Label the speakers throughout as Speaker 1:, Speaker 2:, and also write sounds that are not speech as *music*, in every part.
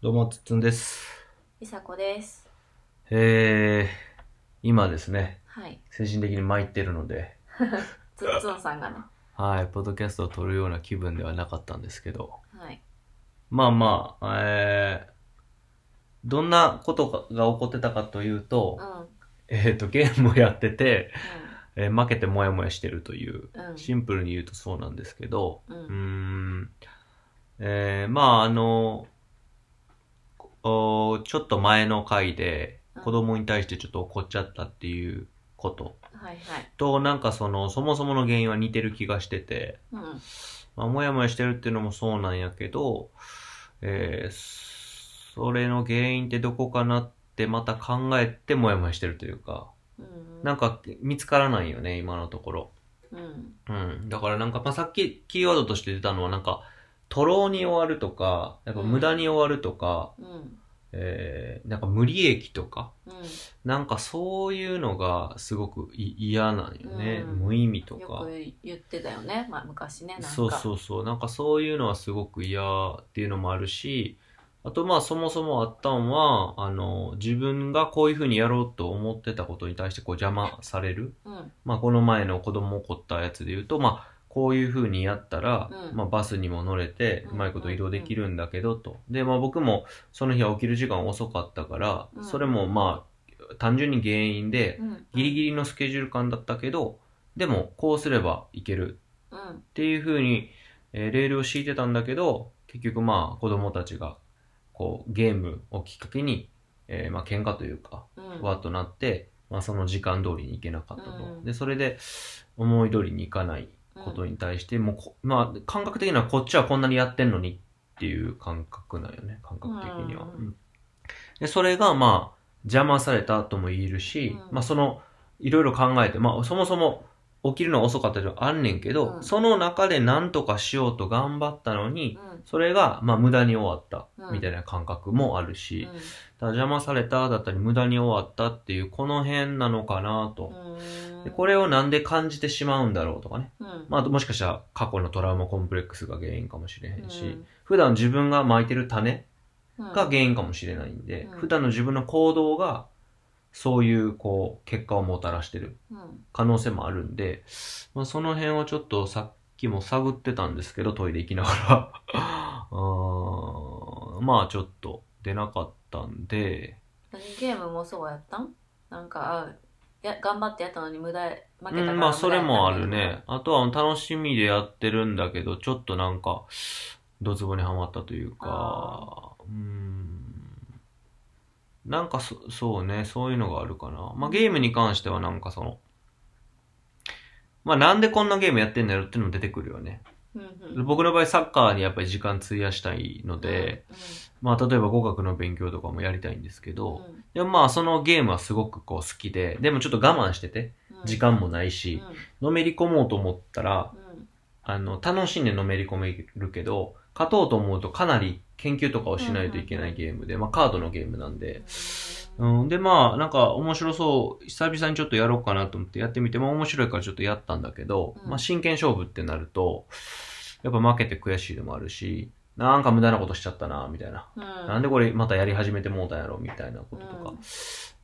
Speaker 1: どうも、つっつんです。
Speaker 2: 美佐子です。
Speaker 1: えー、今ですね、
Speaker 2: はい。
Speaker 1: 精神的に参ってるので、
Speaker 2: つっつんさんがね。
Speaker 1: はい、ポッドキャストを撮るような気分ではなかったんですけど、
Speaker 2: はい。
Speaker 1: まあまあ、えー、どんなことが起こってたかというと
Speaker 2: う、ん。うん。
Speaker 1: えっ、と、ゲームをやってて、えー負けてモヤモヤしてるという、
Speaker 2: うん。
Speaker 1: シンプルに言うとそうなんですけど、
Speaker 2: う
Speaker 1: うー
Speaker 2: ん。
Speaker 1: ん。えーまあ、あの、おちょっと前の回で
Speaker 2: うん、
Speaker 1: 子供に対してちょっと怒っちゃったっていうこと
Speaker 2: はいはい。
Speaker 1: と、なんかその、そもそもの原因は似てる気がしてて、
Speaker 2: うん。
Speaker 1: まあ、もやもやしてるっていうのもそうなんやけど、えーそれの原因ってどこかなってまた考えてもやもやしてるというか、
Speaker 2: うん。
Speaker 1: なんか見つからないよね、今のところ。
Speaker 2: うん。
Speaker 1: うん。だからなんか、まあ、さっきキーワードとして出たのはなんか、徒労に終わるとか、なんか無駄に終わるとか、
Speaker 2: うん。
Speaker 1: えー、なんか無利益とか、
Speaker 2: う
Speaker 1: なんかそういうのがすごくい嫌なんよね。
Speaker 2: うん
Speaker 1: 無意味と
Speaker 2: ん。よ
Speaker 1: か。
Speaker 2: く言ってたよね。まあ、昔ね。なんか。
Speaker 1: そうそうそう。なんかそういうのはすごく嫌っていうのもあるし、あとまあそもそもあったんは、あの、自分がこういうふうにやろうと思ってたことに対してこう邪魔される。
Speaker 2: う。うん。
Speaker 1: まあ、この前の子供怒ったやつで言うと、まあ、こういう風にやったら、
Speaker 2: うん
Speaker 1: まあ、バスにも乗れて
Speaker 2: うん、
Speaker 1: うまいこと移動できるんだけど、と。で、まあ、僕も、その日は起きる時間遅かったから、
Speaker 2: うん
Speaker 1: それも、まあ、単純に原因で、
Speaker 2: うん。
Speaker 1: ギリギリのスケジュール感だったけど、でも、こうすればいける
Speaker 2: うん。
Speaker 1: っていう風に、えーレールを敷いてたんだけど、結局、まあ、子供たちが、こう、ゲームをきっかけに、えーまあ、喧嘩というか、
Speaker 2: うん。
Speaker 1: わっとなって、まあ、その時間通りに行けなかったと、
Speaker 2: うん
Speaker 1: でそれで思い通りに行かないことに対して、もうこまあ、感覚的にはこっちはこんなにやってんのにっていう感覚なんよね感覚的には、
Speaker 2: うん
Speaker 1: うんでそれがまあ邪魔されたとも言えるし、
Speaker 2: うん
Speaker 1: まあ、そのいろいろ考えて、まあ、そもそも起きるのは遅かったりはあんねんけど、
Speaker 2: うん
Speaker 1: その中で何とかしようと頑張ったの
Speaker 2: う
Speaker 1: に
Speaker 2: ん。
Speaker 1: それがまあ無駄に終わった
Speaker 2: うん
Speaker 1: みたいな感覚もあるし、
Speaker 2: うん。
Speaker 1: ただ邪魔されただったり無駄に終わったっていうこの辺なのかなと。
Speaker 2: うん。
Speaker 1: でこれをなんで感じてしまうんだろうとかね。
Speaker 2: うん。
Speaker 1: まあ、もしかしたら過去のトラウマコンプレックスが原因かもしれへ
Speaker 2: うん
Speaker 1: んし、普段自分が巻いてる種
Speaker 2: うん。
Speaker 1: が原因かもしれないんで、
Speaker 2: うん
Speaker 1: 普段の自分の行動がそういうこう結果をもたらしてる
Speaker 2: うん。
Speaker 1: 可能性もあるんで、まあ、その辺をちょっとさっきも探ってたんですけど、トイレ行きながら。 *laughs* あーまあちょっと出なかったんで、
Speaker 2: 何ゲームもそうやったんなんか、あや、頑張ってやったのに無駄、負けたから無駄やっ
Speaker 1: う
Speaker 2: たね。
Speaker 1: ん、まあそれもあるね。あとは楽しみでやってるんだけど、ちょっとなんか、ドツボにはまったというか
Speaker 2: あ、
Speaker 1: うん。なんかそ、そうね、そういうのがあるかな。まあゲームに関してはなんかその、まあなんでこんなゲームやってんだろうっていうのも出てくるよね。
Speaker 2: うん。うん。
Speaker 1: 僕の場合サッカーにやっぱり時間費やしたいので、まあ例えば語学の勉強とかもやりたいんですけ
Speaker 2: うん、
Speaker 1: ど、
Speaker 2: うん
Speaker 1: でもまあそのゲームはすごくこう好きで、でもちょっと我慢してて、時間もないし、のめり込もうと思ったら
Speaker 2: う、ん。
Speaker 1: あの、楽しんでのめり込めるけど、勝とうと思うとかなり研究とかをしないといけないゲームで、まあカードのゲームなんで。
Speaker 2: うん。
Speaker 1: うん、でまあ、なんか面白そう、久々にちょっとやろうかなと思ってやってみて、まあ面白いからちょっとやったんだけど、
Speaker 2: うん
Speaker 1: まあ真剣勝負ってなると、やっぱ負けて悔しいでもあるし、なんか無駄なことしちゃったな、みたいな。
Speaker 2: うん。
Speaker 1: なんでこれまたやり始めてもうたんやろみたいなこととか、
Speaker 2: うん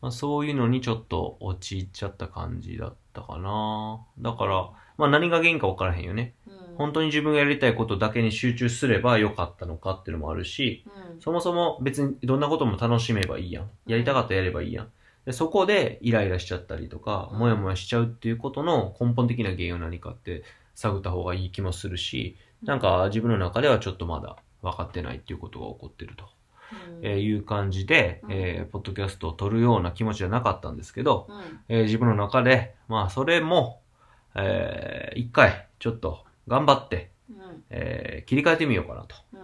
Speaker 1: まあ、そういうのにちょっと陥っちゃった感じだったかなだから、まあ、何が原因か分からへんよね
Speaker 2: うん、
Speaker 1: 本当に自分がやりたいことだけに集中すればよかったのかっていうのもあるし
Speaker 2: うん
Speaker 1: そもそも別にどんなことも楽しめばいいやんやりたかったらやればいいやんでそこでイライラしちゃったりとか
Speaker 2: うん
Speaker 1: モヤモヤしちゃうっていうことの根本的な原因は何かって探った方がいい気もするしなん、か自分の中ではちょっとまだ分かってないっていうことが起こってると
Speaker 2: うん
Speaker 1: えーいう感じで、
Speaker 2: うん
Speaker 1: えーポッドキャストを撮るような気持ちじゃなかったんですけど、
Speaker 2: うん
Speaker 1: えー自分の中で、まあ、それも、えー一回、ちょっと、頑張って、
Speaker 2: うん
Speaker 1: えー切り替えてみようかなと、
Speaker 2: うん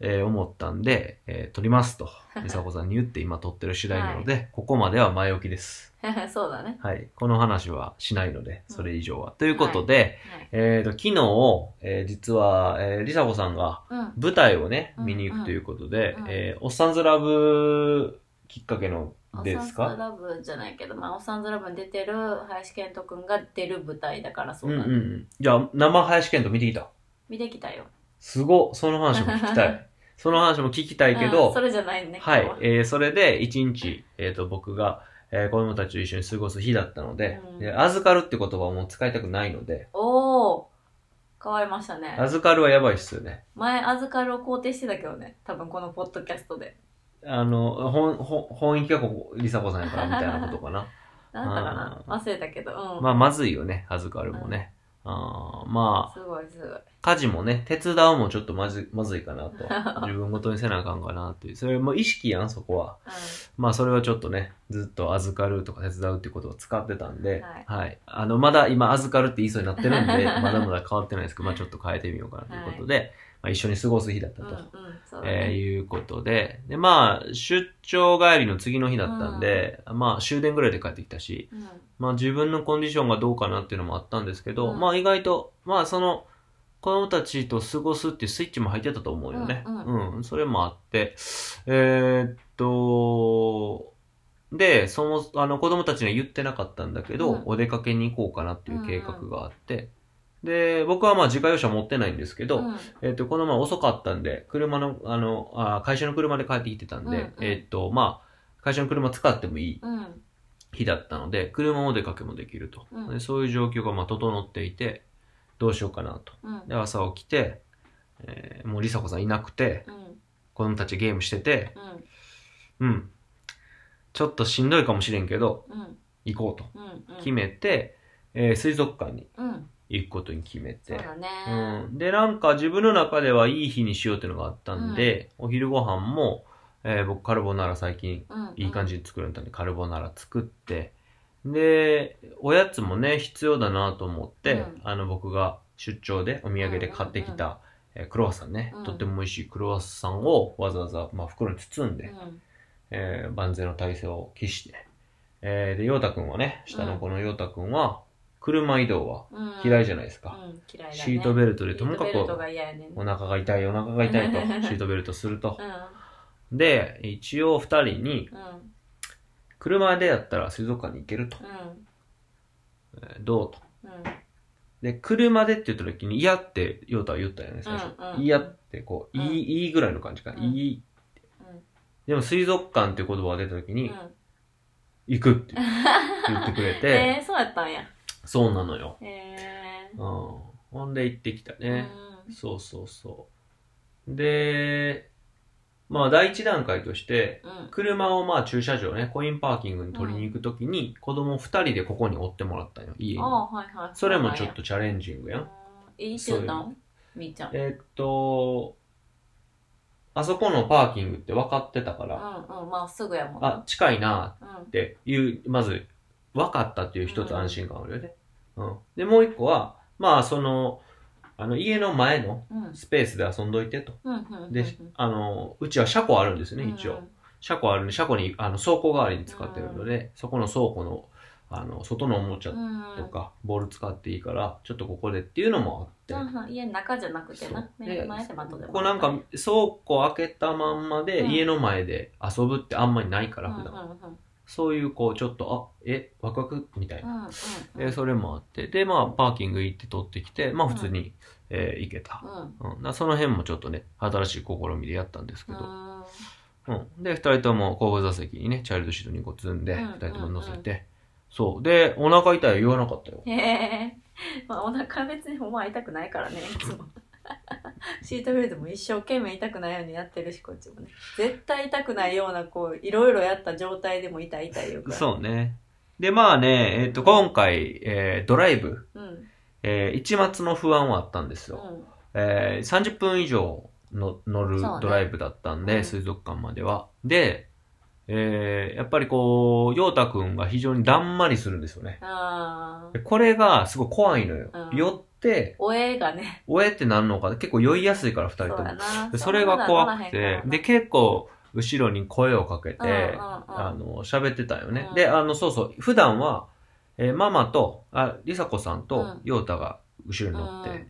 Speaker 1: えー思ったんで、えー撮ります
Speaker 2: *laughs*
Speaker 1: と、美佐子さんに言って今撮ってる次第なので、ここまでは前置きです。
Speaker 2: *laughs* そうだね。
Speaker 1: はい。この話はしないので、それ以上は。ということで、
Speaker 2: はい。
Speaker 1: えっ、と、昨日、えー実は、えー、梨紗子さんが、
Speaker 2: うん。
Speaker 1: 舞台をね、
Speaker 2: うん
Speaker 1: 見に行くということで、
Speaker 2: うん
Speaker 1: えーおっさんずラブきっかけのです
Speaker 2: おっさんず
Speaker 1: か
Speaker 2: ラブじゃないけど、まあ、おっさんずラブに出てる林健人君が出る舞台だからそううん
Speaker 1: う
Speaker 2: だ、
Speaker 1: ん
Speaker 2: ね
Speaker 1: うん。じゃあ、生林健人見てきた。
Speaker 2: 見てきたよ。 *laughs*
Speaker 1: すごっ、その話も聞きたい。その話も聞きたいけ
Speaker 2: あ
Speaker 1: ど
Speaker 2: そ、れじゃないね。
Speaker 1: はい
Speaker 2: 今、日
Speaker 1: えーそれで一日、えー、と僕が、えー子供たちと一緒に過ごす日だったので,、
Speaker 2: うん
Speaker 1: で預かるって言葉はもう使いたくないので
Speaker 2: おお変わりましたね。
Speaker 1: 預かるはやばいっすよね
Speaker 2: 前、預かるを肯定してたけどね。多分このポッドキャストで。
Speaker 1: あの本本本意気がこうりさこさんやからみたいなことか
Speaker 2: *laughs*
Speaker 1: な
Speaker 2: なんだか
Speaker 1: あ
Speaker 2: な忘れたけど。うん。
Speaker 1: まあまずいよね預かるもね、あーます
Speaker 2: ごいすごい。
Speaker 1: あ家事もね手伝うもちょっとまずまずいかなと
Speaker 2: *laughs*
Speaker 1: 自分ごとにせなあかんかなっていうそれも意識やんそこはまあそれはちょっとね、ずっと預かるとか手伝うっていうことを使ってたんで、
Speaker 2: はい
Speaker 1: はい。あの、まだ今預かるって言いそうになってるん
Speaker 2: *laughs*
Speaker 1: で、まだまだ変わってないですけど、まあちょっと変えてみようかなということで、まあ一緒に過ごす日だった
Speaker 2: うん。う
Speaker 1: と。
Speaker 2: んうん。そうだ
Speaker 1: えー
Speaker 2: ね。
Speaker 1: いうことで、で、まあ、出張帰りの次の日だったんで、まあ、終電ぐらいで帰ってきたし、
Speaker 2: うん
Speaker 1: まあ、自分のコンディションがどうかなっていうのもあったんですけど、
Speaker 2: うん
Speaker 1: まあ、意外と、まあ、その、子供たちと過ごすっていうスイッチも入ってたと思うよね。
Speaker 2: う
Speaker 1: うんん、
Speaker 2: う
Speaker 1: それもあって、えーっと、で、そも、あの、子供たちには言ってなかったんだけど、
Speaker 2: うん
Speaker 1: お出かけに行こうかなっていう計画があって、で、僕はまあ、自家用車持ってないんですけど、
Speaker 2: うん
Speaker 1: えっ、と、この前遅かったんで、車の、あの、あ会社の車で帰ってきてたんで、
Speaker 2: うんうん
Speaker 1: えっ、と、まあ、会社の車使ってもいい
Speaker 2: うん。
Speaker 1: 日だったので、車も出かけもできると。
Speaker 2: うん
Speaker 1: でそういう状況が、まあ、整っていて、どうしようかなと。
Speaker 2: うん。
Speaker 1: で、朝起きて、えーもう、りさこさんいなくて、
Speaker 2: うん。
Speaker 1: 子供たちゲームしてて、
Speaker 2: うん。
Speaker 1: うん。ちょっとしんどいかもしれんけど、
Speaker 2: うん。
Speaker 1: 行こうと
Speaker 2: うん。うん。
Speaker 1: 決めて、えー水族館に
Speaker 2: うん。
Speaker 1: 行くことに決めて、
Speaker 2: そうだね。
Speaker 1: うん、で、なんか自分の中ではいい日にしようっていうのがあったんで、お昼ご飯も、えー僕カルボナーラ最近
Speaker 2: うん。
Speaker 1: いい感じに作るんだんで、カルボナーラ作って、で、おやつもね、必要だなと思って、
Speaker 2: うん
Speaker 1: あの僕が出張でお土産で買ってきた、えークロワッサンね、
Speaker 2: うん
Speaker 1: とっても美味しいクロワッサンをわざわざ、まあ、袋に包んで、
Speaker 2: うん。
Speaker 1: えー万全の体制を期して、えーで、ヨ太タくんはね、下の子のヨ太タくんは、車移動は
Speaker 2: うん。
Speaker 1: 嫌い
Speaker 2: じ
Speaker 1: じゃないですか。
Speaker 2: うん。嫌いだね。
Speaker 1: シートベルトでともか
Speaker 2: シートベルト
Speaker 1: く
Speaker 2: が嫌やねん。
Speaker 1: お腹が痛いお腹が痛いとシートベルトすると
Speaker 2: う。ん。
Speaker 1: で、一応二人に
Speaker 2: うん。
Speaker 1: 車でやったら水族館に行けると。えーどうと。
Speaker 2: うん。うん。
Speaker 1: で、車でって言った時に嫌ってヨ太は言ったよね、最初。
Speaker 2: うんうん
Speaker 1: 嫌ってこう、
Speaker 2: うん
Speaker 1: いい、いいぐらいの感じかな。
Speaker 2: うん
Speaker 1: いい。でも水族館っていう言葉が出た時
Speaker 2: うん。う
Speaker 1: に、
Speaker 2: ん。
Speaker 1: 行くって言ってくれて、
Speaker 2: *laughs* えー、そうやったんや。
Speaker 1: そうなのよ。
Speaker 2: え
Speaker 1: うん。ほんで行ってきた
Speaker 2: ー。
Speaker 1: ね。そうそうそう。で、まあ第一段階として、
Speaker 2: うん。うん。
Speaker 1: 車をまあ駐車場ね、コインパーキングに取りに行くときに、子供2人でここに追ってもらったんよ、家に
Speaker 2: あ。あ、はいはい。
Speaker 1: それもちょっとチャレンジングや
Speaker 2: うん
Speaker 1: ん。
Speaker 2: いいって言ったんみーちゃん。うん
Speaker 1: えーっと、あそこのパーキングって分かってたから、
Speaker 2: うん、まあすぐやもん
Speaker 1: あ
Speaker 2: な。、
Speaker 1: 近いな
Speaker 2: うん
Speaker 1: っていう、まず、分かったっていう一つ安心感あるよね。うん。で、もう一個は、まあその、あの、家の前の
Speaker 2: うん
Speaker 1: スペースで遊んどいてと。
Speaker 2: うんうんうん。
Speaker 1: で、あの、うちは車庫あるんですね、一応。車庫あるね、車庫に、あの、倉庫代わりに使ってるので、そこの倉庫の、あの、外のおもちゃ
Speaker 2: うん。
Speaker 1: とか、ボール使っていいから、ちょっとここでっていうのも
Speaker 2: う
Speaker 1: あっ
Speaker 2: んうん。家の中じゃなくてな。
Speaker 1: そう
Speaker 2: 目の
Speaker 1: で
Speaker 2: 前でまと
Speaker 1: て、
Speaker 2: でも
Speaker 1: ここなんか、倉庫開けたまんまで、
Speaker 2: うん
Speaker 1: 家の前で遊ぶってあんまりないから、普段。
Speaker 2: うんうんうん
Speaker 1: そういう、こう、ちょっと、あ、え、ワクワクみたいな。
Speaker 2: うんうんうん。
Speaker 1: で、それもあって、で、まあ、パーキング行って取ってきて、まあ、普通に、えー行けた
Speaker 2: う。ん。
Speaker 1: うん、だからその辺もちょっとね、新しい試みでやったんですけ
Speaker 2: う
Speaker 1: ど、
Speaker 2: ん。
Speaker 1: うん、で、二人とも後部座席にね、チャイルドシートにこう積んで、
Speaker 2: うん
Speaker 1: 二人とも乗せて、そう。で、お腹痛いは言わなかったよ。
Speaker 2: へえ。まあお腹別にほんまは痛くないからね、い
Speaker 1: *laughs*
Speaker 2: つも。シートベルトも一生懸命痛くないようにやってるし、こっちもね。絶対痛くないような、こう、いろいろやった状態でも痛い痛いよく。
Speaker 1: そうね。で、まあね、えっ、と、今回、えードライブ、
Speaker 2: う。うん。
Speaker 1: えー一末の不安はあったんです
Speaker 2: う
Speaker 1: よ。
Speaker 2: ん。
Speaker 1: えー30分以上の乗る
Speaker 2: そうね
Speaker 1: ドライブだったんで、
Speaker 2: うん
Speaker 1: 水族館までは。で、えーやっぱりこう、陽太くんが非常にだんまりするんですよね。
Speaker 2: ああ
Speaker 1: で。これがすごい怖いのよ。
Speaker 2: うん
Speaker 1: 寄って、
Speaker 2: おえがね。
Speaker 1: おえってなんのか、結構酔いやすいから、二人とも。で
Speaker 2: な
Speaker 1: それが怖くて、で、
Speaker 2: き
Speaker 1: 結構、後ろに声をかけて、
Speaker 2: うんうんうん
Speaker 1: あの、喋ってたよね。
Speaker 2: うん
Speaker 1: で、あの、そうそう、普段は、えーママと、あ、りさこさん
Speaker 2: う
Speaker 1: と
Speaker 2: ん、
Speaker 1: ようたが後ろに乗って、
Speaker 2: うん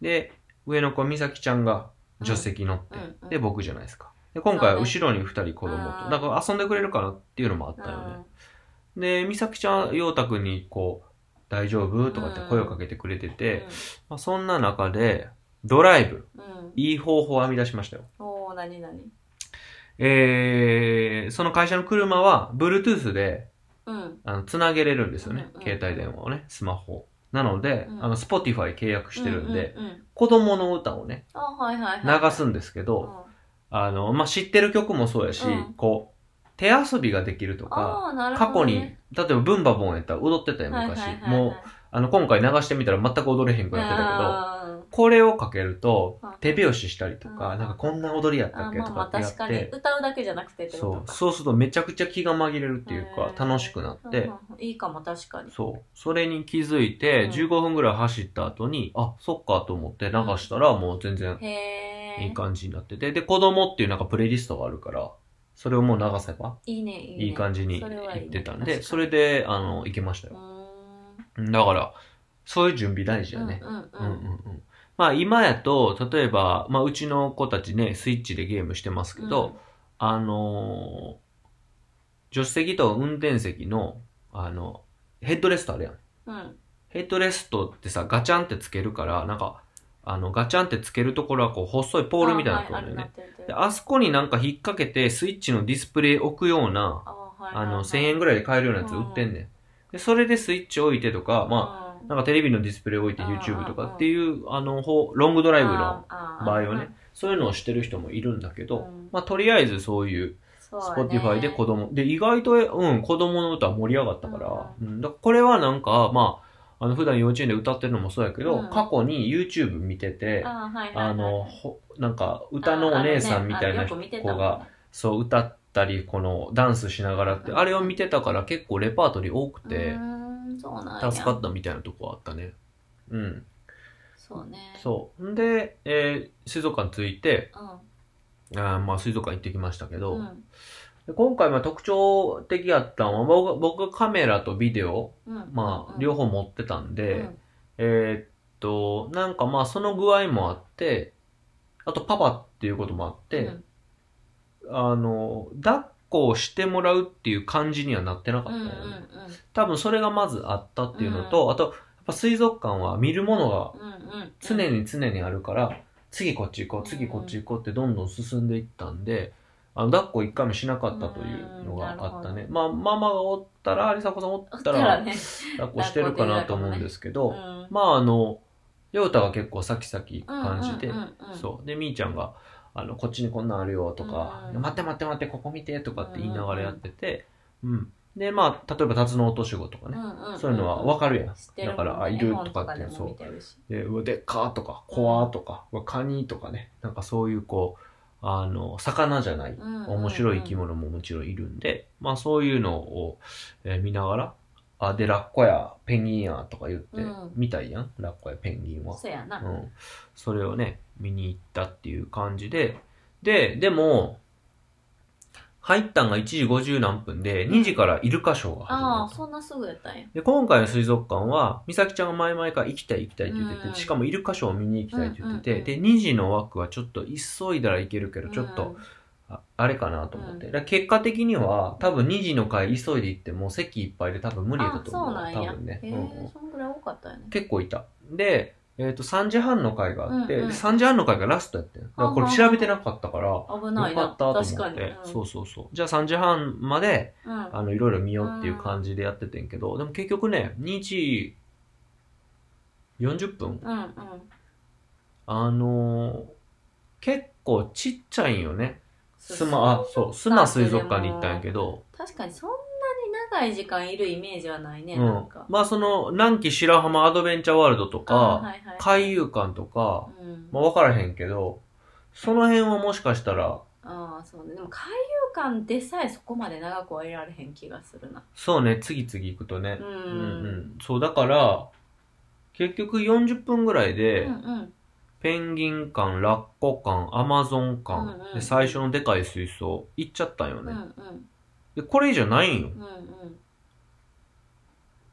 Speaker 1: で、上の子、みさきちゃんが助手席に乗って、
Speaker 2: うんうん
Speaker 1: で、僕じゃないですか。で、今回は
Speaker 2: そうね
Speaker 1: 後ろに二人子供と、
Speaker 2: うん
Speaker 1: だから遊んでくれるかなっていうのもあったよね。で、みさきちゃん、ようたくんに、こう、大丈夫とかって声をかけてくれてて、まあ、そんな中で、ドライブ、
Speaker 2: うん、うん、
Speaker 1: いい方法を編み出しましたよ。
Speaker 2: おーお何何
Speaker 1: えー、その会社の車は Bluetooth で
Speaker 2: うん
Speaker 1: あのつなげれるんですよね、
Speaker 2: うんうん
Speaker 1: 携帯電話をねスマホなので、
Speaker 2: うん
Speaker 1: あの Spotify 契約してるんで、
Speaker 2: うんうんうん
Speaker 1: 子供の歌をね
Speaker 2: あはいはいはい
Speaker 1: 流すんですけど、
Speaker 2: うん
Speaker 1: あの、まあ、知ってる曲もそうやし、
Speaker 2: うん
Speaker 1: こう、手遊びができるとか、
Speaker 2: あーなるほ
Speaker 1: 過
Speaker 2: ど
Speaker 1: 去に、
Speaker 2: ね
Speaker 1: 例えばブンバボンやったら踊ってたよ、
Speaker 2: はいはい
Speaker 1: 昔。
Speaker 2: はいはい
Speaker 1: もう、あの、今回流してみたら全く踊れへんくなってたけど、
Speaker 2: あ
Speaker 1: これをかけると
Speaker 2: あ、
Speaker 1: 手拍子したりとか、
Speaker 2: うん
Speaker 1: なんかこんな踊りやっ
Speaker 2: ーあ
Speaker 1: たっ
Speaker 2: ー
Speaker 1: け
Speaker 2: まあ
Speaker 1: と
Speaker 2: ま
Speaker 1: か
Speaker 2: あ
Speaker 1: ってや
Speaker 2: 確かに
Speaker 1: って、
Speaker 2: 歌うだけじゃなくてってこ
Speaker 1: そ
Speaker 2: と
Speaker 1: う、
Speaker 2: か
Speaker 1: そうするとめちゃくちゃ気が紛れるっていうか、
Speaker 2: へー
Speaker 1: 楽しくなって、
Speaker 2: うんうんいいかも確かに
Speaker 1: そう、それに気づいて、
Speaker 2: うん
Speaker 1: 15分ぐらい走った後に、あ、そっかと思って流したら、もう全然
Speaker 2: へえ
Speaker 1: いい感じになってて、で、子供っていうなんかプレイリストがあるから、それをもう流せば、
Speaker 2: いいねいいね
Speaker 1: いい感じに
Speaker 2: それはい
Speaker 1: 行
Speaker 2: いね
Speaker 1: ってたんで、そ
Speaker 2: 確か
Speaker 1: れで、あの、行けました
Speaker 2: に
Speaker 1: よ。
Speaker 2: う
Speaker 1: だから、そういう準備大事
Speaker 2: ーん
Speaker 1: だね。
Speaker 2: うん
Speaker 1: う
Speaker 2: うん
Speaker 1: んう
Speaker 2: う
Speaker 1: ん
Speaker 2: ん
Speaker 1: うん。まあ今やと、例えば、まあうちの子たちね、スイッチでゲームしてますけど、あのー助手席と運転席の、あの、ヘッドレストあるやん。
Speaker 2: うんうん
Speaker 1: ヘッドレストってさ、ガチャンってつけるから、なんか、あの、ガチャンってつけるところはこう、細いポールみたいなところだよね。
Speaker 2: あーはいあるなってるってる
Speaker 1: であそこになんか引っ掛けてスイッチのディスプレイ置くような、
Speaker 2: あーはいは
Speaker 1: あ
Speaker 2: いはい
Speaker 1: の、1000円ぐらいで買えるようなやつ売ってんねん。で、それでスイッチ置いてとか、ま
Speaker 2: う
Speaker 1: あ、
Speaker 2: ん
Speaker 1: なんかテレビのディスプレイ置いて
Speaker 2: うん
Speaker 1: YouTube とかっていう、あの、ほうロングドライブの
Speaker 2: あー
Speaker 1: 場合は
Speaker 2: あー
Speaker 1: ね、そういうのをしてる人もいるんだけ
Speaker 2: う
Speaker 1: ど、
Speaker 2: ん
Speaker 1: まあ、とりあえずそういう
Speaker 2: そうやね
Speaker 1: Spotify で子供、で、意外と、うん、子供の歌盛り上がったから、う、
Speaker 2: うん
Speaker 1: だからこれはなんか、まあ、あの、普段幼稚園で歌ってるのもそうやけど、
Speaker 2: うん
Speaker 1: 過去に YouTube 見てて、
Speaker 2: あーはいはいはい
Speaker 1: あの、ほなんか、歌のお姉さんみたいな
Speaker 2: あーあ
Speaker 1: 子
Speaker 2: のねあれよく見てたもんね
Speaker 1: が、そう歌ったりこのダンスしながらって
Speaker 2: うん
Speaker 1: あれを見てたから結構レパートリー多くて
Speaker 2: うーんそうなんや
Speaker 1: 助かったみたいなとこあったねうん
Speaker 2: そうね
Speaker 1: そうで、えー水族館着いて
Speaker 2: う
Speaker 1: あーまあ水族館行ってきましたけど、
Speaker 2: んうん
Speaker 1: で今回まあ特徴的やったのは僕が僕がカメラとビデオ
Speaker 2: うん
Speaker 1: ま
Speaker 2: うん
Speaker 1: あ両方持ってたんで、
Speaker 2: うん
Speaker 1: えーっとなんかまあその具合もあってあとパパっていうこともあって、
Speaker 2: うん
Speaker 1: あの抱っこをしてもらうっていう感じにはなってなかっ
Speaker 2: う
Speaker 1: た
Speaker 2: ん
Speaker 1: よ
Speaker 2: う
Speaker 1: ね、
Speaker 2: んうん
Speaker 1: 多分それがまずあったっていうのと、あと、やっぱ水族館は見るものが
Speaker 2: うんうん
Speaker 1: 常に常にあるから、次こっち行こう、次こっち行こうってどんどん進んでいったんで、あの、抱っこ一回もしなかったというのがあったね。まあ、ママがおったら、有沙子さんおったら、
Speaker 2: ね、
Speaker 1: 抱っこしてるかなと思うんですけど、
Speaker 2: うん
Speaker 1: まあ、あの、ヨウタが結構サキサキ感じて、
Speaker 2: うんうんうんうん
Speaker 1: そう。で、みーちゃんが、あの、こっちにこんなんあるよとか、
Speaker 2: うん
Speaker 1: 待って待って待って、ここ見てとかって言いながらやってて、うん、で、まあ、例えば、タツノオトシゴとかね、
Speaker 2: んんん
Speaker 1: そういうのはわかるやん
Speaker 2: 知ってる
Speaker 1: だからあいるとかっていう
Speaker 2: そう見てるし。
Speaker 1: で、うわ、でっかーとか、コアーとか、うわ、カニとかね、なんかそういうこう、あの、魚じゃない、
Speaker 2: うんうんうん
Speaker 1: 面白い生き物ももちろんいるんで、まあそういうのを、えー見ながら、あ、で、ラッコやペンギンやとか言って
Speaker 2: うん、
Speaker 1: 見たいやん、ラッコやペンギンは。
Speaker 2: そうやな、
Speaker 1: うん。それをね、見に行ったっていう感じで、で、でも、入ったんが1時50何分で、2時からイルカショーが始ま
Speaker 2: あ
Speaker 1: っ
Speaker 2: あ
Speaker 1: た。
Speaker 2: そんなすぐやったんや
Speaker 1: で、今回の水族館は、美咲ちゃんが前々から行きたい行きたいって言って
Speaker 2: うん
Speaker 1: て、しかもイルカショーを見に行きたいって言って
Speaker 2: うんうん
Speaker 1: て、で、2時の枠はちょっと急いだらいけるけど、ちょっ
Speaker 2: うん
Speaker 1: と、ああれかなと思って。
Speaker 2: う
Speaker 1: だから結果的には、多分2時の回急いで行っても席いっぱいで多分無理だと思う。
Speaker 2: あそうなんや
Speaker 1: 多分ね。
Speaker 2: へえ
Speaker 1: うんうん
Speaker 2: そんぐらい多かったよね
Speaker 1: 結構いた。で、えっ、と、3時半の回があって、
Speaker 2: うんうん
Speaker 1: で3時半の回がラストやってん。だからこれ調べてなかったから、よ
Speaker 2: 危
Speaker 1: か
Speaker 2: な
Speaker 1: っ
Speaker 2: い
Speaker 1: た
Speaker 2: な
Speaker 1: と思っ
Speaker 2: 確かに、
Speaker 1: て
Speaker 2: う。ん、
Speaker 1: そうそうそう。じゃあ3時半まで、
Speaker 2: うん、
Speaker 1: あの、いろいろ見ようっていう感じでやっててんけど、でも結局ね、2時40分
Speaker 2: うんうん
Speaker 1: あのー結構ちっちゃいんよね。
Speaker 2: そう
Speaker 1: スマ、あ、そう、スマ水族館に行ったんやけど、
Speaker 2: 確かにそんなに長い時間いるイメージはないね、
Speaker 1: う
Speaker 2: なん
Speaker 1: ん
Speaker 2: か。
Speaker 1: まあその、南紀白浜アドベンチャーワールドと
Speaker 2: あー
Speaker 1: か、
Speaker 2: はいはい、
Speaker 1: 海遊館とか、
Speaker 2: うん
Speaker 1: まあ分からへんけど、その辺はもしかしたら、
Speaker 2: ああそうねでも海遊館でさえそこまで長くはいられへん気がするな
Speaker 1: そうね、次々行くとね
Speaker 2: う。ん
Speaker 1: うんうん。そう、だから、結局40分ぐらいで、
Speaker 2: うんうん
Speaker 1: ペンギン館、ラッコ館、アマゾン館、
Speaker 2: うんうん
Speaker 1: で最初のでかい水槽行っちゃったんよ
Speaker 2: うんう
Speaker 1: ね、
Speaker 2: ん
Speaker 1: で。これ以上ないんよ。
Speaker 2: うんうん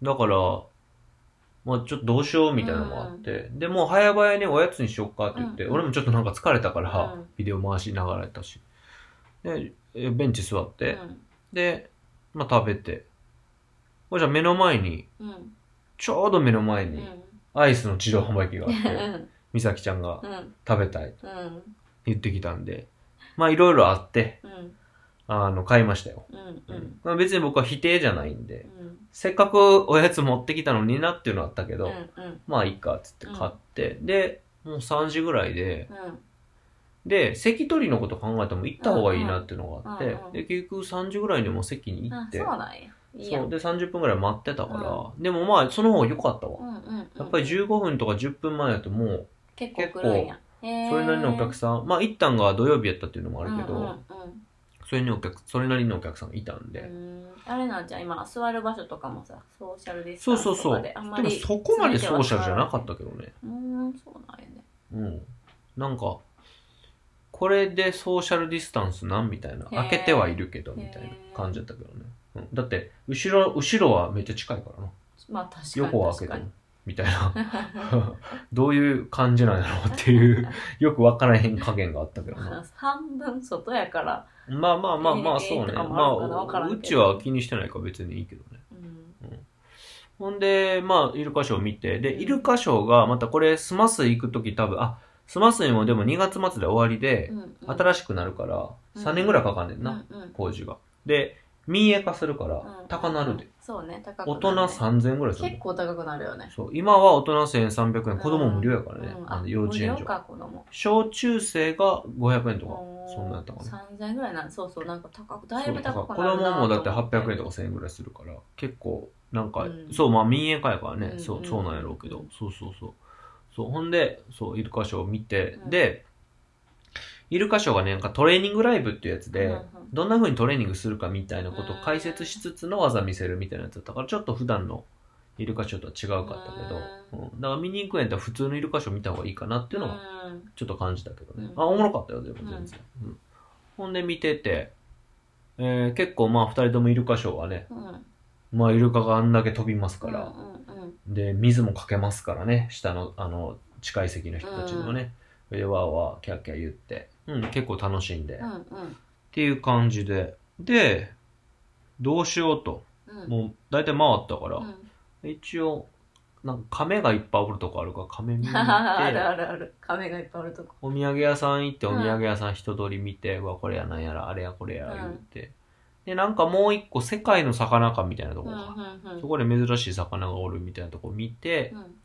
Speaker 1: だから、まあちょっとどうしようみたいなのもあって、で、もう早々におやつにしよっかって言って、
Speaker 2: うんうん
Speaker 1: 俺もちょっとなんか疲れたから、
Speaker 2: うん
Speaker 1: ビデオ回しながらやったし。で、えベンチ座って、
Speaker 2: うん
Speaker 1: で、まあ食べて。これじゃあ目の前に、
Speaker 2: うん
Speaker 1: ちょうど目の前
Speaker 2: うん
Speaker 1: にアイスの
Speaker 2: *laughs*
Speaker 1: 自動販売機があっ
Speaker 2: う
Speaker 1: て、
Speaker 2: ん
Speaker 1: 美咲ちゃんが
Speaker 2: うん
Speaker 1: 食べたいって
Speaker 2: うん
Speaker 1: 言ってきたんで、まあいろいろあって、
Speaker 2: うん
Speaker 1: あの、買いましたよ。
Speaker 2: うんうん
Speaker 1: まあ、別に僕は否定じゃないんで、
Speaker 2: うん
Speaker 1: せっかくおやつ持ってきたのになっていうのあったけど、
Speaker 2: うんうん
Speaker 1: まあいいかっつって買って、で、もう3時ぐらいで、
Speaker 2: うん
Speaker 1: で、席取りのこと考えても行った方がいいなっていうのがあって、
Speaker 2: うんうん
Speaker 1: で、結局3時ぐらいにもう席に行
Speaker 2: あ
Speaker 1: って、
Speaker 2: そうなんやいいや
Speaker 1: そうんで、30分ぐらい待ってたから、でもまあその方が良かったわ。
Speaker 2: うんうんうん
Speaker 1: やっぱり15分とか10分前だともう、
Speaker 2: 結構来るんや
Speaker 1: それなりのお客さん、まあ一旦が土曜日やったっていうのもあ
Speaker 2: あ
Speaker 1: るけど、それにお客、それなりのお客さんがいたんで、
Speaker 2: あれなんじゃん今座る場所とかもさソーシャルディス
Speaker 1: そ
Speaker 2: タン
Speaker 1: うそう
Speaker 2: スと
Speaker 1: そ
Speaker 2: か
Speaker 1: う。
Speaker 2: で
Speaker 1: で
Speaker 2: あん
Speaker 1: も
Speaker 2: まり
Speaker 1: そこまでソーシャルじゃなかったけどね。
Speaker 2: うーんそうなんやね
Speaker 1: うん。なんか、これでソーシャルディスタンスなんみたいな。
Speaker 2: へー
Speaker 1: 開けてはいるけど、みたいな感じだったけどね。うん、だって、後ろ、後ろはめっちゃ近いからな。
Speaker 2: まあ確かに
Speaker 1: 横は
Speaker 2: 確
Speaker 1: 開けて
Speaker 2: かに
Speaker 1: も。みたいな。 *laughs* どういう感じなんやろうっていう、 *laughs* よくわからへん加減があったけど
Speaker 2: *laughs*
Speaker 1: な。
Speaker 2: 半分外やから、
Speaker 1: まあまあまあまあ、そうね。
Speaker 2: えーと
Speaker 1: ま
Speaker 2: かもあるかなわか
Speaker 1: あ、
Speaker 2: らんけ
Speaker 1: う
Speaker 2: ど
Speaker 1: ちは気にしてないから別にいいけどね。
Speaker 2: うん、
Speaker 1: ほんで、まあ、イルカショー見て、で、イルカショーが、またこれ、スマス行くとき多分、あ、スマスにもでも2月末で終わりで
Speaker 2: う、んうん、
Speaker 1: 新しくなるから、
Speaker 2: うん
Speaker 1: 3年ぐらいかかんねんな、
Speaker 2: うんうん
Speaker 1: 工事が。で、民営化するから
Speaker 2: うん、
Speaker 1: 高なるで。
Speaker 2: そうね高く
Speaker 1: 大
Speaker 2: なるね
Speaker 1: 人3000ぐらいする
Speaker 2: 結
Speaker 1: の
Speaker 2: 構高くなるよね
Speaker 1: そう、今は大人1300円、子供無料やからね
Speaker 2: う、ん
Speaker 1: あの幼稚園
Speaker 2: 無料
Speaker 1: 所。
Speaker 2: か子供
Speaker 1: 小中生が500円とか、そ
Speaker 2: そ
Speaker 1: んなんやったかな。
Speaker 2: 3000円ぐらいなんそうそうなんか高くだい
Speaker 1: そう
Speaker 2: ぶ
Speaker 1: だから
Speaker 2: 高
Speaker 1: 子
Speaker 2: くなるな
Speaker 1: 供もだって800円と
Speaker 2: と
Speaker 1: か1000円ぐらいするから結構なんか、
Speaker 2: うん
Speaker 1: そうまあ民営化やからね、
Speaker 2: うん
Speaker 1: そううんそうなんやろうけど、
Speaker 2: うん
Speaker 1: そうそうそうそうほんでそうイルカショーを見て、
Speaker 2: うん
Speaker 1: でイルカショーがねなんかトレーニングライブっていうやつで、
Speaker 2: うんうん
Speaker 1: どんな風にトレーニングするかみたいなことを解説しつつの技見せるみたいなやつだったからちょっと普段のイルカショーとは違うかったけど、うんだから見に行くんやったら普通のイルカショー見た方がいいかなっていうのが
Speaker 2: うん
Speaker 1: ちょっと感じたけどね。
Speaker 2: うん
Speaker 1: あ、おもろかったよ、でも全然。うんほんで見てて、えー結構まあ二人ともイルカショーはね、
Speaker 2: うん
Speaker 1: まあイルカがあんだけ飛びますから、
Speaker 2: うんうん
Speaker 1: で、水もかけますからね、下の、あの、近い席の人たちもね、で、わーわー、キャッキャ言って、うん、結構楽しんで、
Speaker 2: う
Speaker 1: っ
Speaker 2: んうん
Speaker 1: ていう感じで、で、どうしようと、
Speaker 2: うん
Speaker 1: もう大体回ったから、一応、なんか亀がいっぱいおるとこあるから、亀見に
Speaker 2: う
Speaker 1: 行
Speaker 2: ん
Speaker 1: っ
Speaker 2: *laughs* あ
Speaker 1: て
Speaker 2: る、あるある亀がいっぱいあるとこ
Speaker 1: お土産屋さん行って、お
Speaker 2: うん
Speaker 1: 土産屋さん人通り見て、うわ、これやなんやら、あれやこれや
Speaker 2: うん、
Speaker 1: 言って。で、なんかもう一個、世界の魚館みたいなと
Speaker 2: う
Speaker 1: こ
Speaker 2: んう
Speaker 1: が、
Speaker 2: んうん
Speaker 1: そこで珍しい魚がおるみたいなとこ見て
Speaker 2: う、ん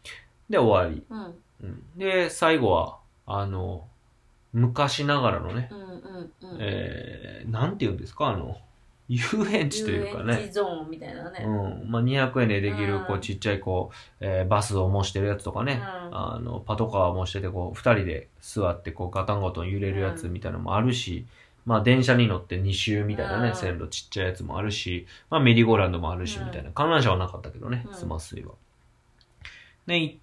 Speaker 1: で、終わり。
Speaker 2: うん
Speaker 1: うんで、最後は、あの、昔ながらのね、
Speaker 2: うんうんうん
Speaker 1: えー、なんて言うんですか、あの、遊園地というか
Speaker 2: 遊園
Speaker 1: ね、
Speaker 2: 地ゾーンみたいなね
Speaker 1: うん、まあ、200円でできる、こ
Speaker 2: う
Speaker 1: う、
Speaker 2: ん
Speaker 1: ちっちゃい、こう、えーバスを模してるやつとかね、
Speaker 2: うん
Speaker 1: あのパトカーもしててこう2人で座ってこうガタンゴトン揺れるやつみたいなのもあるし、まあ、電車に乗って2周みたいなね、
Speaker 2: うん
Speaker 1: 線路ちっちゃいやつもあるし、まあ、メリーゴーランドもあるし
Speaker 2: うん
Speaker 1: みたいな、観覧車はなかったけどね、
Speaker 2: うん
Speaker 1: スマスイは。でい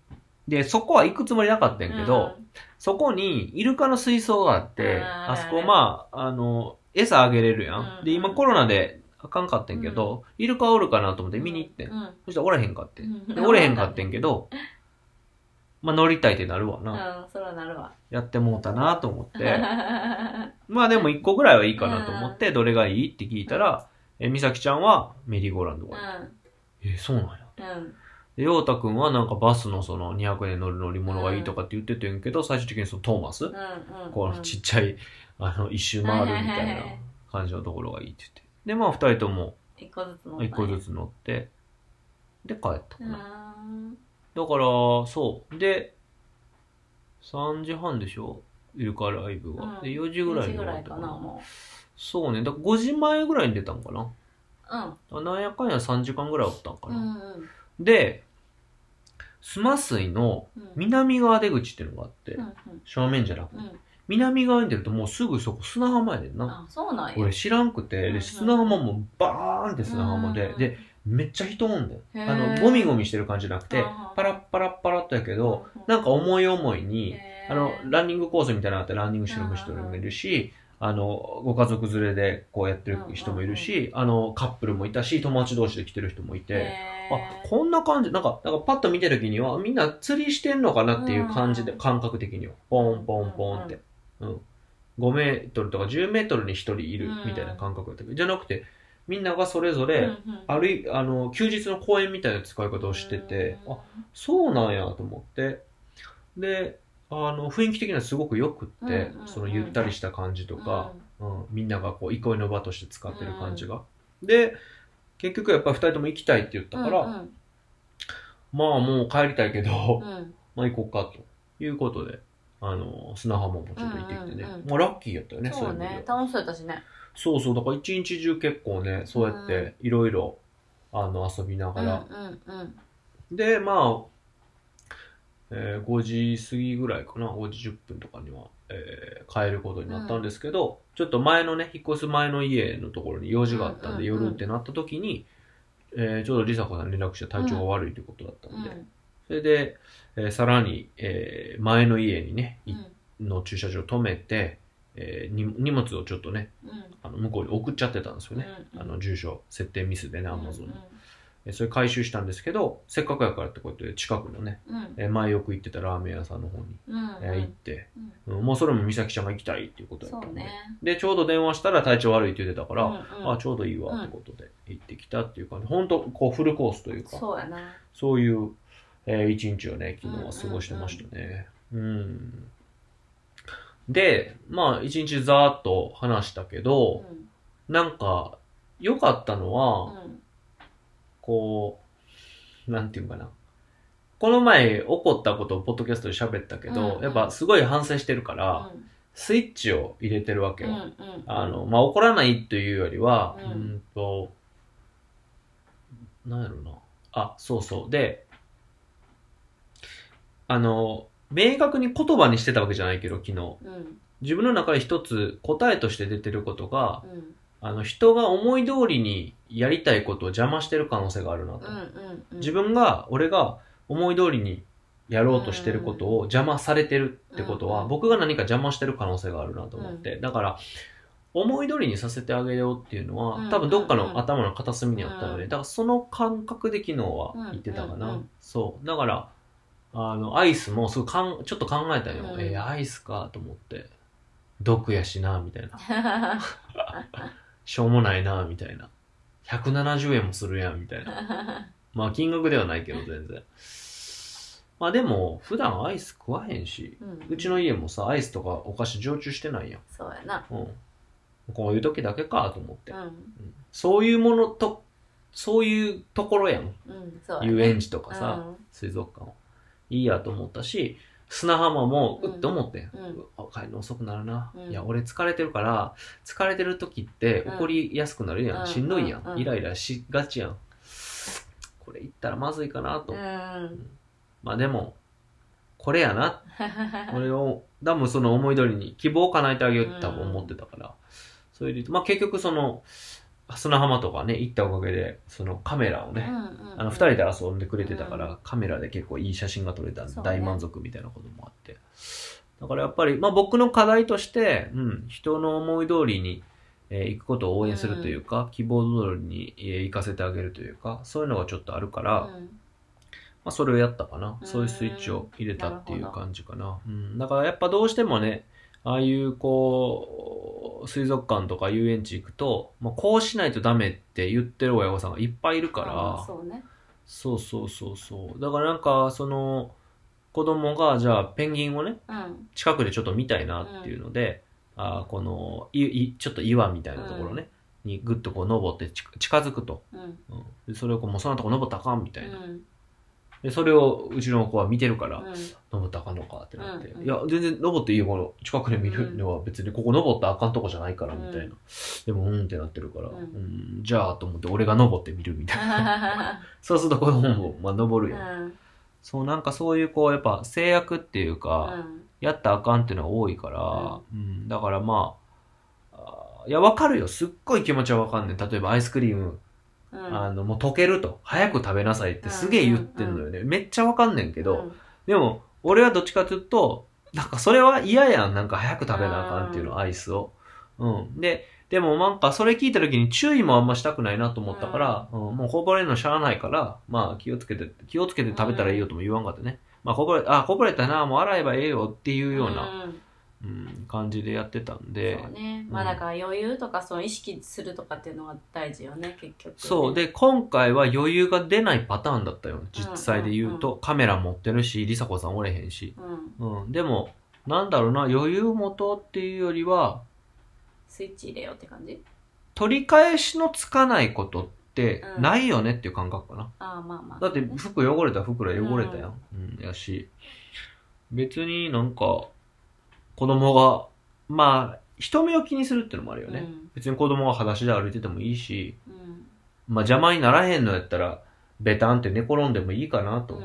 Speaker 1: でそこは行くつもりなかったんやけど、そこにイルカの水槽があって、
Speaker 2: うん
Speaker 1: あそこまああの餌あげれるやん、
Speaker 2: うん
Speaker 1: で今コロナであかんかったんやけど、イルカおるかなと思って
Speaker 2: うん
Speaker 1: 見に行ってん、
Speaker 2: うん
Speaker 1: そしたらおらへんかって、
Speaker 2: うん
Speaker 1: で折れへんかってんけど、まあ乗りたいってなるわ
Speaker 2: う
Speaker 1: な。
Speaker 2: んそらなるわ
Speaker 1: やってもうたなと思っ
Speaker 2: *laughs*
Speaker 1: て、
Speaker 2: う
Speaker 1: まあでも一個ぐらいはいいかなと思って、どれがいいって聞いたら、え、美咲ちゃんはメリーゴーランドがいい。
Speaker 2: ん
Speaker 1: え、そうなんや。
Speaker 2: うん
Speaker 1: で、ようたくんはなんかバスのその200円で乗る乗り物がいいとかって言っててんけど、最終的にそのトーマス、
Speaker 2: うんうん
Speaker 1: このちっちゃい、あの、一周回るみた
Speaker 2: はい
Speaker 1: い
Speaker 2: はい
Speaker 1: な
Speaker 2: はいはい
Speaker 1: 感じのところがいいって言って。で、まあ二人とも
Speaker 2: 一個ずつの
Speaker 1: 一個ずつ乗って、で、帰ったか
Speaker 2: う
Speaker 1: な。
Speaker 2: ん
Speaker 1: だから、そう。で、3時半でしょイルカライブが。
Speaker 2: うん
Speaker 1: で、4時ぐらいに終
Speaker 2: 4時ぐ
Speaker 1: わ
Speaker 2: ら
Speaker 1: っ
Speaker 2: い
Speaker 1: た
Speaker 2: か
Speaker 1: か
Speaker 2: な
Speaker 1: な。
Speaker 2: も
Speaker 1: そうね。だから5時前ぐらいに出たんかな。
Speaker 2: ううん
Speaker 1: あなんやかんや3時間ぐらいおったんか
Speaker 2: う
Speaker 1: な。
Speaker 2: んうん
Speaker 1: で、スマスイの
Speaker 2: うん
Speaker 1: 南側出口っていうのがあって、
Speaker 2: うん
Speaker 1: 正面じゃなく
Speaker 2: う
Speaker 1: て、
Speaker 2: んうん
Speaker 1: 南側に出るともうすぐそこ砂浜やねんな。
Speaker 2: あそうなんや
Speaker 1: 俺知らんくて、
Speaker 2: うんう
Speaker 1: で
Speaker 2: ん
Speaker 1: 砂浜もバーンって砂浜で、
Speaker 2: うん
Speaker 1: で、めっちゃ人おんね
Speaker 2: へ
Speaker 1: ん。
Speaker 2: ー
Speaker 1: あの、ゴミゴミしてる感じじゃなくて
Speaker 2: あー、
Speaker 1: パラッパラッパラッとやけど、
Speaker 2: うんうん
Speaker 1: なんか思い思いに、
Speaker 2: へー
Speaker 1: あの、ランニングコースみたいなのあって、ランニングしてる人もいるし、あの、ご家族連れでこうやってる人もいるし、あの、カップルもいたし、友達同士で来てる人もいて、
Speaker 2: へー
Speaker 1: あ、こんな感じ、なんか、なんかパッと見てる時には、みんな釣りしてんのかなっていう感じで、
Speaker 2: うん
Speaker 1: 感覚的には。ポンポンポンって。うん。5メートルとか10メートルに1人いるみたいな感覚だったけど、じゃなくて、みんながそれぞ
Speaker 2: う
Speaker 1: れ、
Speaker 2: んうん
Speaker 1: あるい、あの、休日の公園みたいな使い方をしてて、あ、そうなんやと思って。で、あの、雰囲気的にはすごく良くって、
Speaker 2: うんうんうん
Speaker 1: そのゆったりした感じとか、うんみんながこう、憩いの場として使ってる感じが。で、結局やっぱり二人とも行きたいって言ったから、
Speaker 2: うん
Speaker 1: まあもう帰りたいけど、
Speaker 2: うんうん
Speaker 1: まあ行こうかということで、あの、砂浜もちょっと行ってきてね、
Speaker 2: うんうんうん
Speaker 1: まあラッキーやったよね、
Speaker 2: そう
Speaker 1: いう意味では
Speaker 2: ね楽しそうやったしね
Speaker 1: そうそう、だから一日中結構ね、そうやっていろいろ、あの、遊びながら。
Speaker 2: うんうんうん
Speaker 1: で、まあ、えー5時過ぎぐらいかな、5時10分とかには、えー帰ることになったんですけど、ちょっと前のね、引っ越す前の家のところに用事があったんで、
Speaker 2: うんうんうん
Speaker 1: 夜ってなった時に、えーちょうど梨紗子さんに連絡して体調が悪いということだった
Speaker 2: うん
Speaker 1: で、
Speaker 2: ん
Speaker 1: それで、えーさらに、えー前の家にね、
Speaker 2: う
Speaker 1: い
Speaker 2: ん
Speaker 1: の駐車場止めて、えーに荷物をちょっとね、
Speaker 2: うん
Speaker 1: あの向こうに送っちゃってたんですよね。
Speaker 2: うん
Speaker 1: あの住所設定ミスでね、アマゾン
Speaker 2: うん
Speaker 1: に。えそれ回収したんですけど、せっかくやからってこうやって近くのね、
Speaker 2: うん
Speaker 1: え前よく行ってたラーメン屋さんの方に、
Speaker 2: うん
Speaker 1: え行って、
Speaker 2: うん
Speaker 1: うんもうそれも美咲ちゃんが行きたいっていうことだ
Speaker 2: そ
Speaker 1: った
Speaker 2: うん
Speaker 1: で、
Speaker 2: ね
Speaker 1: で、ちょうど電話したら体調悪いって言ってたから、
Speaker 2: うんうん
Speaker 1: あちょうどいいわってことで行ってきたっていう感じ、本当こうフルコースというか、
Speaker 2: そうやな
Speaker 1: そういう、えー一日をね、昨日は過ごしてましたね。うんで、まあ、一日ざーっと話したけ
Speaker 2: う
Speaker 1: ど、
Speaker 2: ん
Speaker 1: なんか、良かったのは、
Speaker 2: うん
Speaker 1: こう、なんていうかな。この前起こったことをポッドキャストで喋ったけど、
Speaker 2: うん
Speaker 1: やっぱすごい反省してるから、
Speaker 2: うん
Speaker 1: スイッチを入れてるわけ
Speaker 2: う
Speaker 1: よ。
Speaker 2: んうん
Speaker 1: あの、まあ、怒らないというよりは、う
Speaker 2: うん
Speaker 1: んと、なんやろな。あ、そうそう。で、あの、明確に言葉にしてたわけじゃないけど、昨日。
Speaker 2: うん
Speaker 1: 自分の中で一つ答えとして出てることが、
Speaker 2: うん
Speaker 1: あの、人が思い通りにやりたいことを邪魔してる可能性があるなと。
Speaker 2: うんうんうん
Speaker 1: 自分が、俺が思い通りにやろうとしてることを邪魔されてるってこと
Speaker 2: う
Speaker 1: は、
Speaker 2: ん
Speaker 1: 僕が何か邪魔してる可能性があるなと思って。だから、思い通りにさせてあげようっていうの
Speaker 2: うん
Speaker 1: は、多分どっかの頭の片隅にあったの
Speaker 2: う
Speaker 1: で、
Speaker 2: ん
Speaker 1: だからその感覚で昨日は言ってたか
Speaker 2: うんうんう。
Speaker 1: なんそう。だから、あの、アイスもすごいかん、ちょっと考えたんよ
Speaker 2: う。ん
Speaker 1: えーアイスかと思って。毒やしな、みたいな。しょうもないな、みたいな。170円もするやん、みたいな。まあ、金額ではないけど、全然。まあ、でも、普段アイス食わへんし、うちの家もさ、アイスとかお菓子常駐してないやん。
Speaker 2: そうやな
Speaker 1: うん。こういう時だけか、と思って、
Speaker 2: うん
Speaker 1: うんそういうものと、そういうところやん。
Speaker 2: うんそうや
Speaker 1: 遊園地とか
Speaker 2: う
Speaker 1: さ、
Speaker 2: ん
Speaker 1: 水族館いいやと思ったし、砂浜も、うって思ってん。
Speaker 2: うん
Speaker 1: うわ帰るの遅くなるな、
Speaker 2: うん
Speaker 1: いや俺疲れてるから疲れてる時って
Speaker 2: うん
Speaker 1: 怒りやすくなるやん、
Speaker 2: うん
Speaker 1: しんどいやん、
Speaker 2: うん
Speaker 1: イライラしがちやんこれ言ったらまずいかなと、
Speaker 2: うん
Speaker 1: まあでもこれやなこれを多分その思い通りに希望を叶えてあげようって多分思ってたから、それで言うとまあ結局その砂浜とかね行ったおかげでそのカメラをね、あの2人で遊んでくれてたから、
Speaker 2: うん
Speaker 1: カメラで結構いい写真が撮れたんで、
Speaker 2: そうね
Speaker 1: 大満足みたいなこともあってだからやっぱり、まあ、僕の課題として、うん、人の思い通りに、えー行くことを応援するというか、希望通りに、えー行かせてあげるというかそういうのがちょっとあるから、まあ、それをやったかな、
Speaker 2: うん
Speaker 1: そういうスイッチを入れたってい
Speaker 2: な
Speaker 1: う
Speaker 2: るほど
Speaker 1: 感じかな、うん、だからやっぱどうしてもねああいうこう水族館とか遊園地行くと、まあ、こうしないとダメって言ってる親御さんがいっぱいいるから、
Speaker 2: そうね
Speaker 1: そうそうそうそうだからなんかその子供がじゃあペンギンをね
Speaker 2: うん
Speaker 1: 近くでちょっと見たいなっていうので、あーこのいいちょっと岩みたいなところね、にグッとこう登ってち近づくと、
Speaker 2: うん
Speaker 1: うんでそれをこうもうそのとこ登ったらあかんみた
Speaker 2: う
Speaker 1: いな、
Speaker 2: ん
Speaker 1: でそれをうちの子は見てるから、
Speaker 2: うん
Speaker 1: 登ったらあかんのかってなって、
Speaker 2: うんうん
Speaker 1: いや全然登っていいよこの近くで見るのは別にここ登ったらあかんとこじゃないから
Speaker 2: う
Speaker 1: み
Speaker 2: ん
Speaker 1: たいな、でもうんってなってるから、
Speaker 2: うん
Speaker 1: うんじゃあと思って俺が登ってみるみたいなそうするとこの本も、まあ、登るやん *laughs* そう、なんかそういうこう、やっぱ制約っていうか、やったらあかんっていうのが多いから、うん、だからまあ、あーいや、わかるよ。すっごい気持ちはわかんねん。例えばアイスクリーム、あの、もう溶けると。早く食べなさいってすげえ言ってんのよね。めっちゃわかんねんけ
Speaker 2: け
Speaker 1: ど、でも、俺はどっちかというと、なんかそれは嫌やん。なんか早く食べなあかんっていうの、アイスを。うん。で、でもなんかそれ聞いた時に注意もあんましたくないなと思ったから、うんもうこぼれるのしゃあないから、まあ気をつけて、気をつけて食べたらいいよとも言わんかったね。まあこぼれ、あ、こぼれたな、もう洗えばええよっていうような、うん、感じでやってたんで
Speaker 2: そうね。まあだから余裕とか、その意識するとかっていうのが大事よね、結局、
Speaker 1: そう。で、今回は余裕が出ないパターンだったよ。実際で言うと、カメラ持ってるし、りさこさんおれへんし。
Speaker 2: うん。
Speaker 1: うん。でも、なんだろうな、余裕持とうっていうよりは、
Speaker 2: スイッチ入れようって感じ
Speaker 1: 取り返しのつかないことって
Speaker 2: うん
Speaker 1: ないよねっていう感覚かな。
Speaker 2: ああ、まあまあ、
Speaker 1: だって
Speaker 2: ね
Speaker 1: 服汚れたら服ら汚れたやん。うん、やし。別になんか、子供が、まあ、人目を気にするってのもあるよね。別に子供が裸足で歩いててもいいし、
Speaker 2: うん。
Speaker 1: まあ邪魔にならへんのやったら、ベタンって寝転んでもいいかな
Speaker 2: う
Speaker 1: と
Speaker 2: ん。。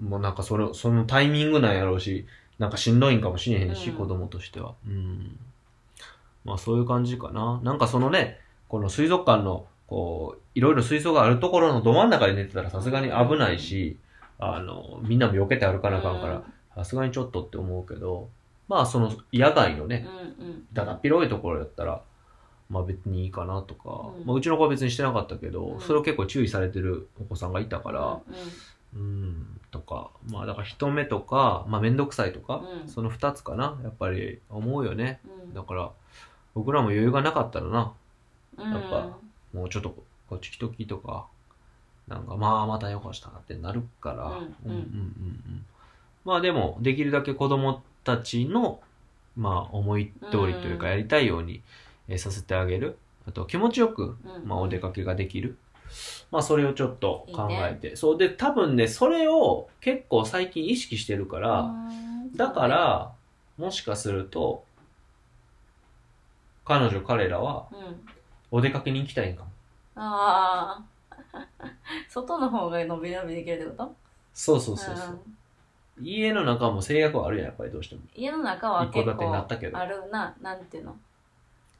Speaker 2: うん。
Speaker 1: もうなんかそれ、そのタイミングなんやろうし、なんかしんどいんかもしれへんし、
Speaker 2: うん
Speaker 1: 子供としては。うん。まあそういう感じかな。なんかそのね、この水族館の、こう、いろいろ水槽があるところのど真ん中で寝てたらさすがに危ないし、あの、みんなも避けて歩かなあかんから、さすがにちょっとって思うけど、まあその野外のね、
Speaker 2: うん。うん。
Speaker 1: だだっ広いところだったら、まあ別にいいかなとか、
Speaker 2: うん
Speaker 1: まあうちの子は別にしてなかったけど、
Speaker 2: うん
Speaker 1: それを結構注意されてるお子さんがいたから、
Speaker 2: う
Speaker 1: うん、とか、まあだから人目とか、まあめんどくさいとか
Speaker 2: ん。、うん。
Speaker 1: その二つかな、やっぱり思うよね。
Speaker 2: うん。
Speaker 1: だから、僕らも余裕がなかったらな、
Speaker 2: うん
Speaker 1: やっぱもうちょっとこっち来ときとか、なんかまあまたよこしたなってなるから、
Speaker 2: う
Speaker 1: う
Speaker 2: ん
Speaker 1: んうんうんまあでも、できるだけ子供たちの、まあ思い通りというか、
Speaker 2: うん
Speaker 1: やりたいように、えーさせてあげる。あと、気持ちよく、
Speaker 2: うん
Speaker 1: まあお出かけができる。まあそれをちょっと考えて。そうで、多分ね、それを結構最近意識してるから、
Speaker 2: うん
Speaker 1: だから、もしかすると、彼女彼らは
Speaker 2: うん。
Speaker 1: お出かけに行きたいんかも。
Speaker 2: ああ。 *laughs* 外の方が伸び伸びできるってこと
Speaker 1: そうそうそうそう。
Speaker 2: ん
Speaker 1: 家の中も制約はあるやん、やっぱりどうしても。
Speaker 2: 家の中は
Speaker 1: 一戸
Speaker 2: 結
Speaker 1: 建てにな
Speaker 2: 構
Speaker 1: ったけど。
Speaker 2: あるな、なんていうの。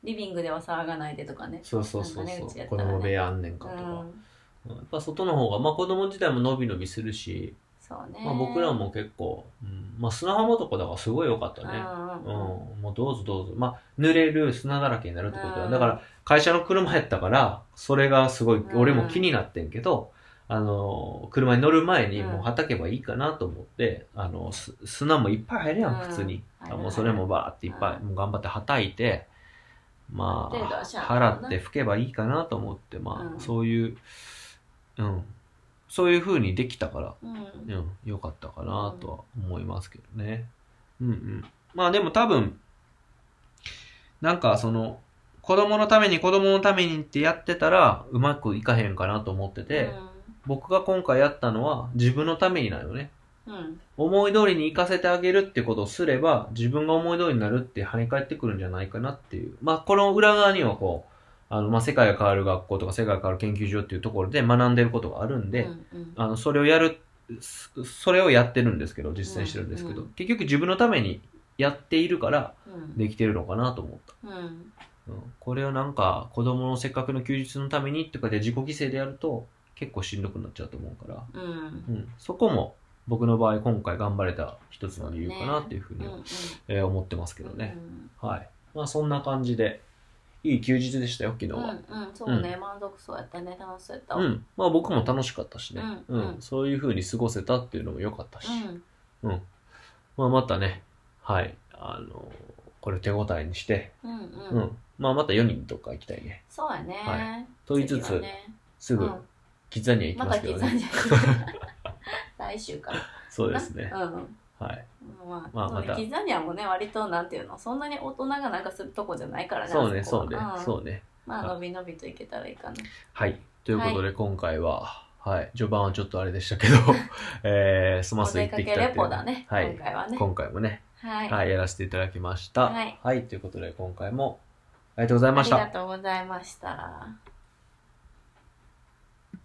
Speaker 2: リビングでは騒がないでとかね。
Speaker 1: そうそうそう
Speaker 2: なん
Speaker 1: そう、
Speaker 2: かねうちやった
Speaker 1: 子
Speaker 2: らね
Speaker 1: 供部屋あんねん
Speaker 2: う
Speaker 1: かとか。
Speaker 2: ん。
Speaker 1: うんやっぱ外の方が、まあ子供自体も伸び伸びするし、
Speaker 2: そうね。
Speaker 1: まあ僕らも結構、うん、まあ砂浜とかだからすごい良かった
Speaker 2: うんう
Speaker 1: ね。うん、
Speaker 2: んうん。
Speaker 1: もうどうぞどうぞ。まあ濡れる砂だらけになるってこと
Speaker 2: う
Speaker 1: は、
Speaker 2: ん
Speaker 1: だから会社の車やったから、それがすごい、
Speaker 2: うん
Speaker 1: 俺も気になってんけど、あの、車に乗る前に
Speaker 2: うん
Speaker 1: もうはたけばいいかなと思って、あの、す砂もいっぱい入るやん、
Speaker 2: うん
Speaker 1: 普通に。
Speaker 2: 入る
Speaker 1: もうそれもバーっていっぱい、
Speaker 2: う
Speaker 1: もう頑張ってはたいて、ま
Speaker 2: ある程度
Speaker 1: あ、
Speaker 2: はしゃあな
Speaker 1: 払
Speaker 2: いもんな
Speaker 1: って吹けばいいかなと思って、まあ、
Speaker 2: うん
Speaker 1: そういう、うん、そういう風にできたから、
Speaker 2: うん
Speaker 1: うん、良かったかなとは思いますけどね。うんうん。まあでも多分、なんかその、子供のために子供のためにってやってたら、うまくいかへんかなと思ってて、僕が今回やったのは自分のためになるよね。
Speaker 2: うん、うん
Speaker 1: 思い通りに行かせてあげるってことをすれば、自分が思い通りになるって跳ね返ってくるんじゃないかなっていう。まあ、この裏側にはこう、あの、まあ、世界が変わる学校とか世界が変わる研究所っていうところで学んでることがあるんで、
Speaker 2: うんうん
Speaker 1: あの、それをやる、すそれをやってるんですけど、実践してるんですけど、
Speaker 2: うんうん
Speaker 1: 結局自分のためにやっているから
Speaker 2: うん
Speaker 1: できてるのかなと思った。
Speaker 2: うん
Speaker 1: うん、これをなんか子供のせっかくの休日のためにとかで自己犠牲でやると結構しんどくなっちゃうと思うから、
Speaker 2: うん
Speaker 1: うん、そこも僕の場合今回頑張れた一つの理由かなっていうふうには、
Speaker 2: うん
Speaker 1: えー思ってますけどね。はい。まあそんな感じで、いい休日でしたよ、昨日
Speaker 2: うん
Speaker 1: は。
Speaker 2: うんうんそうね、満足そうやったね楽しそうやったわ
Speaker 1: うん。まあ僕も楽しかったしね。
Speaker 2: うんうん
Speaker 1: そういうふうに過ごせたっていうのも良かったし。
Speaker 2: うん
Speaker 1: まあまたね、はい。あのこれ手応えにして、
Speaker 2: うん
Speaker 1: う。
Speaker 2: うんん
Speaker 1: まあまた4人とか行きたいね。
Speaker 2: そうやね、
Speaker 1: はと言いつ
Speaker 2: 次は
Speaker 1: つ、
Speaker 2: ね
Speaker 1: すぐ
Speaker 2: うん
Speaker 1: キッザニア行き
Speaker 2: ま
Speaker 1: ま
Speaker 2: た
Speaker 1: すけ
Speaker 2: 刻
Speaker 1: ど
Speaker 2: んじゃう
Speaker 1: ね。
Speaker 2: *laughs* 来週から
Speaker 1: そうですね。
Speaker 2: うん
Speaker 1: はい。
Speaker 2: ま
Speaker 1: まあ
Speaker 2: あ、
Speaker 1: また
Speaker 2: キザニアもね、割となんていうの、そんなに大人がなんかするとこじゃないからね。
Speaker 1: そうね、
Speaker 2: あこ
Speaker 1: そ
Speaker 2: は
Speaker 1: うね、
Speaker 2: ん
Speaker 1: そうね。
Speaker 2: まあ、のびのびといけたらいいかな。
Speaker 1: はい。ということで今回は、はい。序盤はちょっとあれでしたけど、 *laughs* えー、スマ
Speaker 2: お
Speaker 1: ス行
Speaker 2: 出
Speaker 1: っ
Speaker 2: か
Speaker 1: て
Speaker 2: け
Speaker 1: きたっ
Speaker 2: レ
Speaker 1: てい
Speaker 2: ポ
Speaker 1: う
Speaker 2: だね、
Speaker 1: はい
Speaker 2: 今。回はね。
Speaker 1: 今回もね、
Speaker 2: はい。
Speaker 1: はい、やらせていただきました。
Speaker 2: はい
Speaker 1: ということで、今回もありがとうござい
Speaker 2: あ
Speaker 1: まし
Speaker 2: り
Speaker 1: た。
Speaker 2: がとうございました。